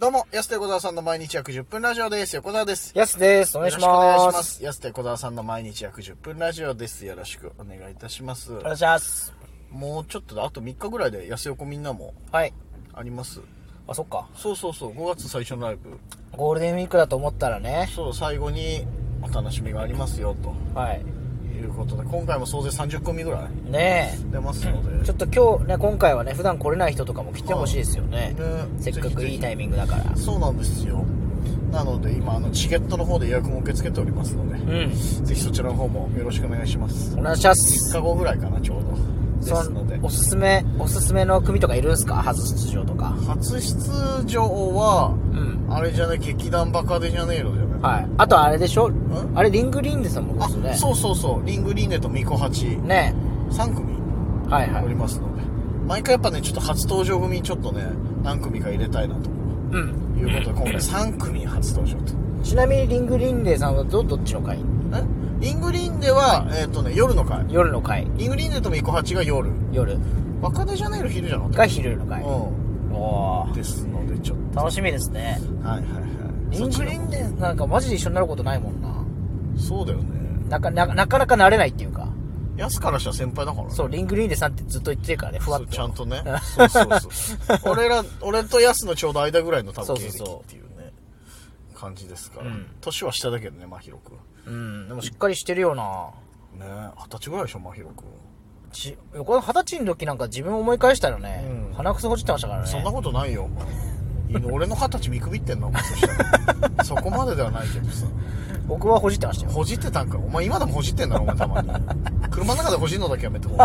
どうも、安手小沢さんの毎日約10分ラジオです。横澤です。やすです。おお願いします。お。安手小沢さんの毎日約10分ラジオです。よろしくお願いいたします。願いします。もうちょっとであと3日ぐらいで安横みんなもはい。あります。あ、そっか。そうそうそう、5月最初のライブ。ゴールデンウィークだと思ったらね。そう、最後にお楽しみがありますよ、とはい。いうことで、今回も総勢30組ぐらいね出ますのえ。で。ちょっと今日ね、今回はね、普段来れない人とかも来てほしいですよね。うんねせっかくいいタイミングだから。そうなんですよ。なので、今、あの、チケットの方で予約も受け付けておりますので、うん。ぜひそちらの方もよろしくお願いします。お願いしま3す。日後ぐらいかな、ちょうど。でそすのでん。おすすめ、おすすめの組とかいるんすか初出場とか。初出場は、うん。あれじゃない、劇団バカデジャネイロじゃない、はい。あとあれでしょあれ、リングリンデさんもですよあ、ね。そうそうそう、リングリーネとミコハチ、ね3組え。はいはおりい。ますので、毎回やっぱね、ちょっと初登場組ちょっとね、何組か入れたいなとうん。いうことで、 今回3組初登場と。ちなみにリングリンデさんはど、どっちの回えリングリーネは、えっ、とね、夜の回。夜の回。リングリーネとミコハチが夜。夜。バカデジャネイロ昼じゃなかったが昼の回。うおん。ですので、ちょっー楽しみですねと。はいはいはい。リングリンデなんかマジで一緒になることないもんなそうだよね。なかなかなかなかなれないっていうかヤスからしたら先輩だからね。そうリングリンデさんってずっと言ってるからねふわっとちゃんと ねそうそうそう俺ら俺とヤスのちょうど間ぐらいの多分そ経う歴そうそうっていうね感じですから、うん年は下だけどね真宙君うんでもしっかりしてるよなね二十歳ぐらいでしょ真宙君、ちこの二十歳の時なんか自分思い返したらね、うん鼻くそほじってましたからねそんなことないよお前俺の二十歳見くびってんのお 前そしたらそこまでではないけどさ僕はほじってましたよほじってたんかお前今でもほじってんだろお前たまに車の中でほじるのだけやめ てほ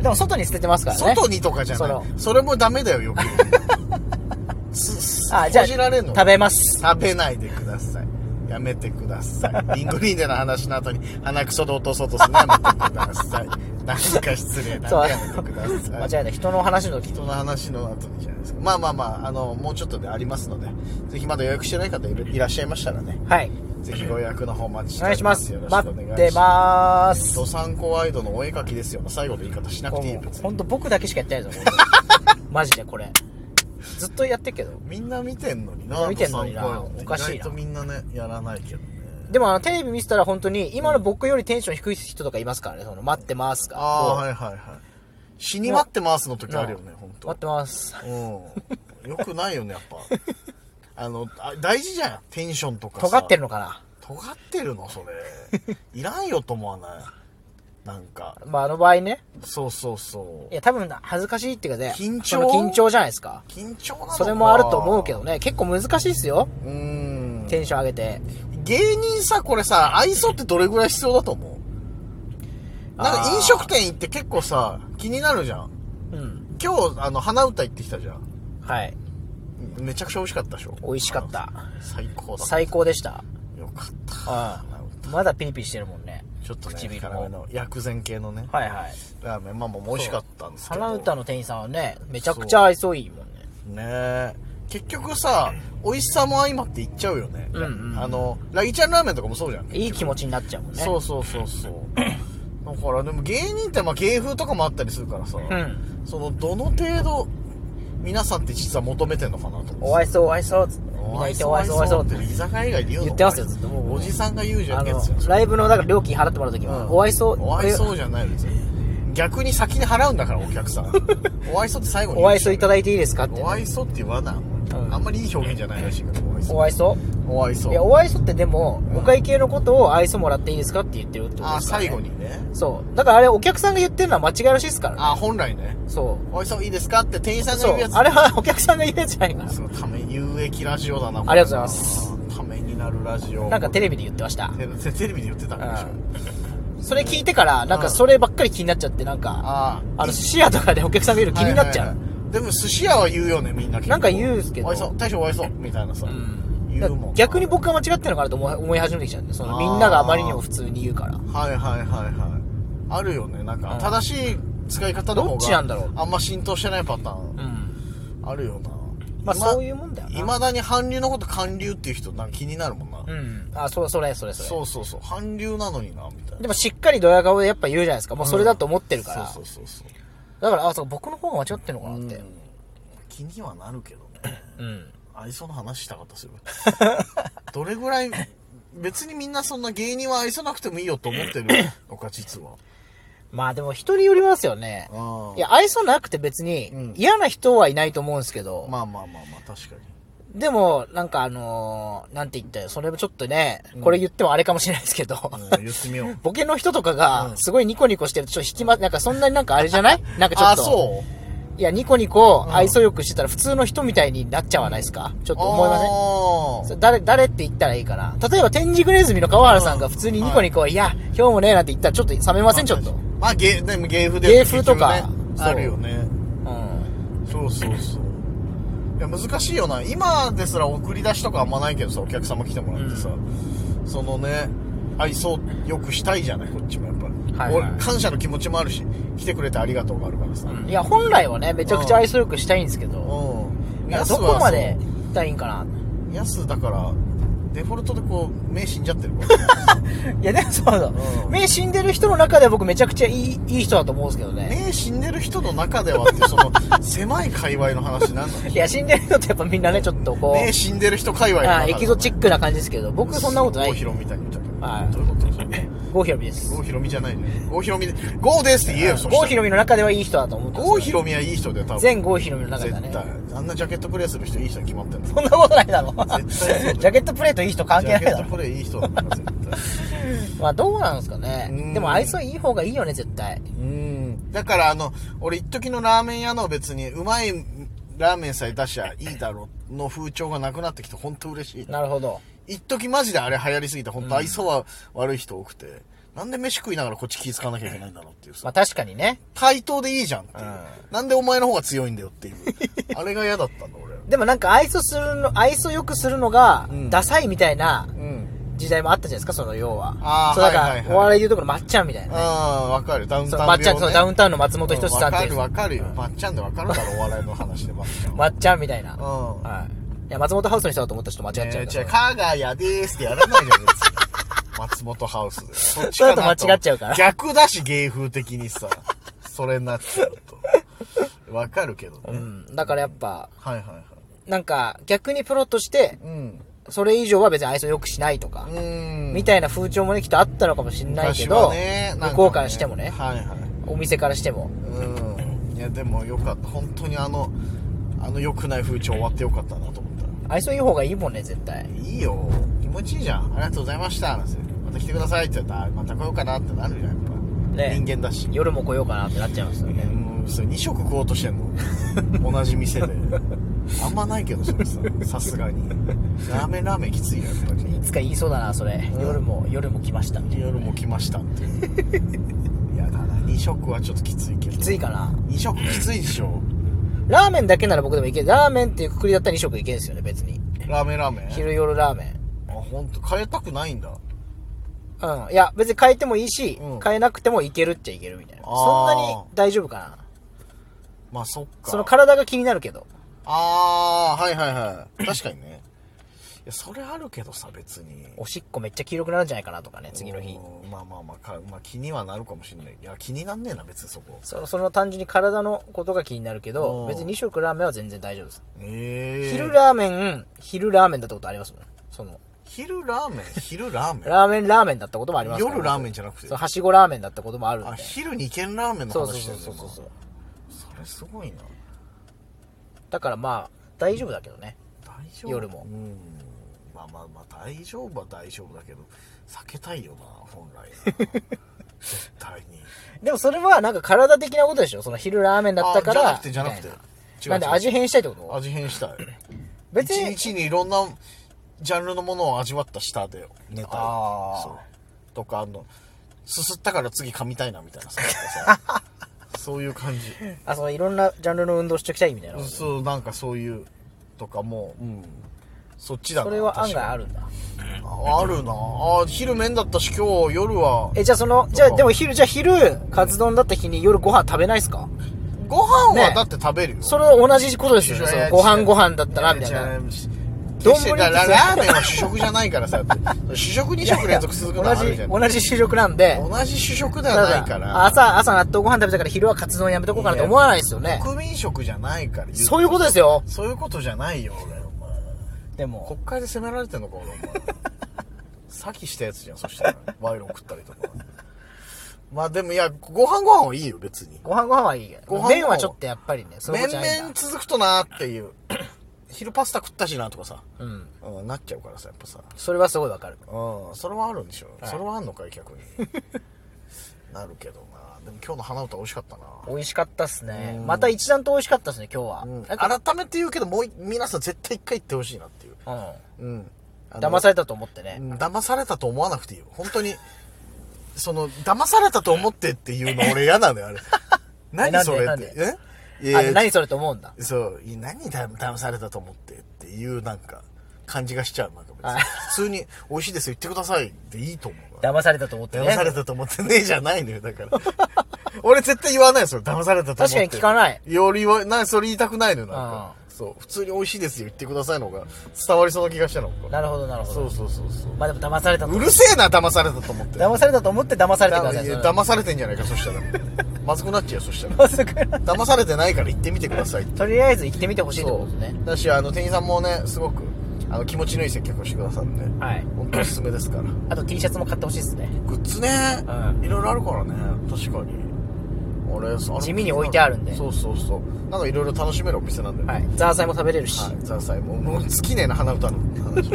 でも外に捨ててますからね外にとかじゃそないのそれもダメだよ余 計すすあじゃあほじられんの食べます食べないでください。やめてください。リングリーネの話の後に鼻くそで落とそうとするのやめてください。なんか失礼なんそうでやめてください。間違えた人の話の時人の話の後にじゃないですか。まあまあまあ、あの、もうちょっとでありますので、ぜひまだ予約してない方いるいらっしゃいましたらね、はいぜひご予約の方お待ちしおてお願いりしま。ますすよろしく待お願いしっます。てまーすドサンコワイドのお絵描きですよ。最後の言い方しなくていいよ別に本当僕だけしかやってない ぞマジでこれずっとやってるけどみんな見てんのにみんな、な見てんのになドサンコワイドっておかしいな意外とみんなね、やらないけどね。でもあのテレビ見てたら本当に今の僕よりテンション低い人とかいますからねその待ってますがああ、こはいはいはい。死に待ってますの時あるよね、本う待ってます当。うん。よくないよね、やっぱ。あの、あ大事じゃん。テンションとかさ。尖ってるののかな尖ってるの、それ。 いらんよと思わない。なんか、まああの場合ねそうそうそうい。や多分恥ずかしいっていうかね緊張その緊張じゃないですか緊張なのかそれもあると思うけど。ね結構難しいっすようーん。テンション上げて芸人さ、これさ、愛想ってどれぐらい必要だと思うなんか飲食店行って結構さ、気になるじゃん。うん今日、あの、花歌行ってきたじゃん。はいめちゃくちゃ美味しかったでしょ美味しかった最高だ最高でしたよかったうんまだピリピリしてるもんねちょっとね唇辛めの薬膳系のねはいはいラーメンまあまあ美味しかったんですけど花歌の店員さんはねめちゃくちゃ愛想いいもんねねえ結局さ美味しさも相まっていっちゃうよね、うんうんうんあのラギちゃんラーメンとかもそうじゃん、いい気持ちになっちゃうもんねそうそうそうそうだからでも芸人ってまあ芸風とかもあったりするからさ、うんそのどの程度皆さんって実は求めてんのかなと思おって愛想お愛想つってみんおな会言いっそうておお会いそ愛想うお愛想っってて居酒屋以外で言うの言ってますよずっともうおじさんが言うじゃあんけのつよライブのだから料金払ってもらう時うんもお愛想お愛想じゃないですよ逆に先に払うんだからお客 さんお愛想って最後にお愛想いただいいていいですかってお愛想って言わない、んあんまりいい表現じゃないらしいけどお愛お想愛想お愛想いやお愛想ってでもうんお会計のことを愛想もらっていいですかって言ってるってことあですからね最後にねそうだからあれお客さんが言ってるのは間違いらしいですからねあ本来ねそお愛想いいですかって店員さうんがそ言ううやつあれはお客さんが言うやつじゃないかすごいため有益ラジオだなありがとうございますためになるラジオらなんかテレビで言ってましたテレテレビで言ってたんでしょそれ聞いてからなんかそればっかり気になっちゃってなんかああの寿司屋とかでお客さん見る気になっちゃはいうはいはいでも寿司屋は言うよねみんななんか言うんすすけどお愛想大将お愛想みたいなさ、うん言うもんな逆に僕が間違ってるのかなと思い思い始めてきちゃうんでそのみんながあまりにも普通に言うからはいはいはいはいあるよねなんかうん正しい使い方の方がどっちなんだろうあんま浸透してないパターンうんあるよなまあそういうもんだよないまだに韓流のこと韓流っていう人なんか気になるもんな、うんあそれそれそれそれそうそうそう韓流なのになみたいなでもしっかりドヤ顔でやっぱ言うじゃないですか。もうそれだと思ってるから。そうそうそうだから、あ、そう、僕の方が間違ってるのかなそうっってて。気にはなるけどねうん。愛想の話したかったす よどれぐらい別にみんなそんな芸人は愛想なくてもいいよと思ってるのか実はまあでも人によりますよね。ああいや、愛想なくて別うんに嫌な人はいないと思うんですけど、まあまあまあまあ確かに でも、なんかあのーなんて言ったよ。それもちょっとね、これ言ってもあれかもしれないですけど、うん言ってみようボケの人とかうがん、すごいニコニコしてると、ちょっと引きま、なんかそんなになんかあれじゃないなんかちょあっあと。そういや、ニコニコうん愛想よくしてたら普通の人みたいになっちゃわないですかちょっと思いませんそせれ誰、誰って言ったらいいかな。例えば、天竺ネズミの川原さんが普通にニコニコ、いや、今日もねえなんて言ったらちょっと冷めません、ちょっと。まあ芸でも芸風で芸風とか結局ねそうあるよねうん。そうそうそういや難しいよな今ですら送り出しとかあんまないけどさお客様来てもらってさ、そのね愛想よくしたいじゃないこっちもやっぱり、はいはい俺感謝の気持ちもあるし来てくれてありがとうがあるからさ、うんいや、本来はね、めちゃくちゃ愛想よくしたいんですけど、なんかどこまで行ったらいいんかな。ヤスだからデフォルトでこう目死んじゃってる からいや、でもそうそうう。ん目死んでる人の中では僕めちゃくちゃいい、いい人だと思うんですけどね。目死んでる人の中ではってその狭い界隈の話なんなのいや、死んでる人ってやっぱみんなね、ちょっとこ目う、死んでる人界隈のあ中ーでエキゾチックな感じですけど、僕そんなことない郷。ひろみみたいに言っちゃったはいどういうことそれ郷ひろみです。郷ひろみじゃないね郷ひろみで郷ですって言えよそしたら郷ひろみの中ではいい人だと思ってます郷ひろみはいい人だよ多分全郷ひろみの中で絶は対ね。あんなジャケットプレイする人いい人に決まってんのそんなことないだろ。絶対そうだよジャケットプレートいい人関係ないジャだケッろ。トプレイいい人なんだから絶対まあどうなんですかうんね。でも愛想いい方がいいよね、絶対。うんだからあの俺一時のラーメン屋の別にうまいラーメンさえ出しゃいいだろうの風潮がなくなってきて本当嬉しいなるほど。一時マジであれ流行りすぎて本当愛想は悪い人多くて、なんで飯食いながらこっち気使わなきゃいけないんだろうっていうさまあ確かにね。対等でいいじゃんっていう、うんなんでお前の方が強いんだよって いうあれが嫌だったんだ俺でもなんか愛想するの、愛想よくするのがうん、ダサいみたいなうん時代もあったじゃないですか、その要は。あーそうだから、はいはいはいお笑いでいうところ、まっちゃんみたいな。ああーわかるダウンタウンそうまっちゃん、そのダウンンタウンの松本人志さんわってかいうる。わかるよまっちゃんでわかるだろお笑いの話でまっちゃんはまっちゃんみたいな。うんはい。いや、松本ハウスの人だと思ったらちょっと間違っちゃえうー違かうら。加賀谷でーすってやらないじゃん別に松本ハウスでそっそれだと間違っちゃうから逆だし芸風的にさそれになっちゃうとわかるけどね、うん。だからやっぱ、はいはいはいなんか逆にプロとして、うんそれ以上は別に愛想良くしないとか、うんみたいな風潮もね、きっとあったのかもしれないけど、向こうからしてもね、はいはいお店からしても。うんいやでもよかった本当にあのあの良くない風潮終わってよかったなと思った愛想いい方がいいもんね、絶対。いいよ気持ちいいじゃんありがとうございましたなんてまた来てくださいって言ったらあまた来ようかなってなるじゃんやっぱ、ね人間だし夜も来ようかなってなっちゃいますよね。もうそれ2食食おうとしてん の同じ店であんまないけどそれささすがにラーメンラーメンきついよやっぱりいつか言いそうだな、それ。うん夜も、夜も来ましたみたいな。夜も来ましたっていやだな2食はちょっときついけどきついかな。 2食きついでしょラーメンだけなら僕でもいける。ラーメンっていうくくりだったら2食いけるんですよね、別に。ラーメンラーメン昼夜ラーメン。あ本当変えたくないんだうん。いや、別に変えてもいいし、うん変えなくてもいけるっちゃいけるみたいな。あーそんなに大丈夫かな。まあそっかその体が気になるけど。ああはいはいはい確かにねいやそれあるけどさ別におしっこめっちゃ黄色くなるんじゃないかなとかね、次の日。うんまあまあまあか、まあ、気にはなるかもしれないいや気になんねえな別にそこその、その単純に体のことが気になるけうどん、別に2食ラーメンは全然大丈夫です。ええ昼ラーメン、昼ラーメンだったことありますもん。その、昼ラ ーメン昼ラーメンラーメンラーメンだったこともありますから夜ラーメンじゃなくてそう、はしごラーメンだったこともあるんあで。昼二軒ラーメンのそうそう話してそるうんだそうそう今それすごいなだからまあ、大丈夫だけどね。大丈夫夜もうんまあまあまあ大丈夫は大丈夫だけど避けたいよな本 来な絶対にでもそれはなんか体的なことでしょその昼ラーメンだったかあら。じゃなくてじゃみなくてたいななんで味変したいってこと味変したい別一に、日にいろんなジャンルのものを味わった舌で寝たいあーそうとかあのすすったから次噛みたいなみたいなさ なんかさそういう感じあ、そのいろんなジャンルの運動しておきたいみたいな。そそうなんかそういうとかも、うん、そっちだなれは案外あるるんだ。あるなあ昼麺だったし今日夜はえ、じゃあその、じゃあでも昼、じゃあ昼、カツ丼だった日に夜ご飯食べないっすかご飯はねだって食べるよ、それは同じことですよね。そのご飯ご飯だったらな、みたいな。ど丼んってさララーメンは主食じゃないからさ主食2食連続続くの同あるじ、 じゃん同じ主食なんで。同じ主食ではないかたらだ朝、朝納豆ご飯食べたから昼はカツ丼やめとこうかなって思わないですよね。国民食じゃないから言うそういうことですよ。そういうことじゃないよ俺お前でも国会で責められてんのか俺お 前詐欺したやつじゃんそしたら賄賂食ったりとかまあでもいやご飯ご飯はいいよ別にご飯ご飯はいいよご飯ご飯麺はちょっとやっぱりねそうい面うことじゃないん々だ続くとなーっていう 昼パスタ食ったしなとかさ、うんうん、なっちゃうからさやっぱさそれはすごいわかるうんそれはあるんでしょ、はいそれはあんのかい逆に なるけどなでも今日の花歌美味しかったな美味しかったっすねうんまた一段と美味しかったっすね今日は、うんなんか改めて言うけどもうい皆さん絶対一回行ってほしいなっていう、ううん、あんの騙されたと思ってうね、ん騙されたと思わなくていいよ本当にその騙されたと思ってっていうの俺嫌なのよあれ えなん何でそれなっんでてえいあやいや何それと思うんだそういや何だ騙されたと思ってっていうなんか感じがしちゃうなんか別あに普通に「美味しいですよ言ってください」でいいと思うわ騙されたと思ってね騙されたと思ってねえじゃないのよ、だから。 俺絶対言わないですよ、騙されたと思って。確かに聞かない。よりは、な、それ言いたくないのよ、なんか。そう、普通に美味しいですよ、言ってくださいの方が伝わりそうな気がしたの。僕はなるほどなるほそどうそうそうそう。まあでも騙されたとうるせえな、騙されたと思って。騙されたと思って騙されてくださいいやその騙されてんじゃないか、そしたら。まずくなっちゃうよ、そしたら。ま さか騙されてないから行ってみてくださいって。とりあえず行ってみてほしいってことですねだし、あの、店員さんもね、すごく、あの、気持ちのいい接客をしてくださるんで、はい本当おすすめですから。あと T シャツも買ってほしいですねグッズね、ういろいろあるからね確かに俺そ地味に置いてあるんでそうそうそうなんかいろいろ楽しめるお店なんだよねはいザーサイも食べれるし、はいザーサイももう尽きねえな花歌の話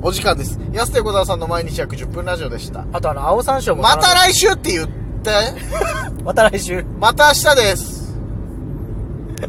お時間です安手小沢さんの毎日約10分ラジオでしたあとあの青山椒もまた頼ん来週って言ってでまた来週また明日です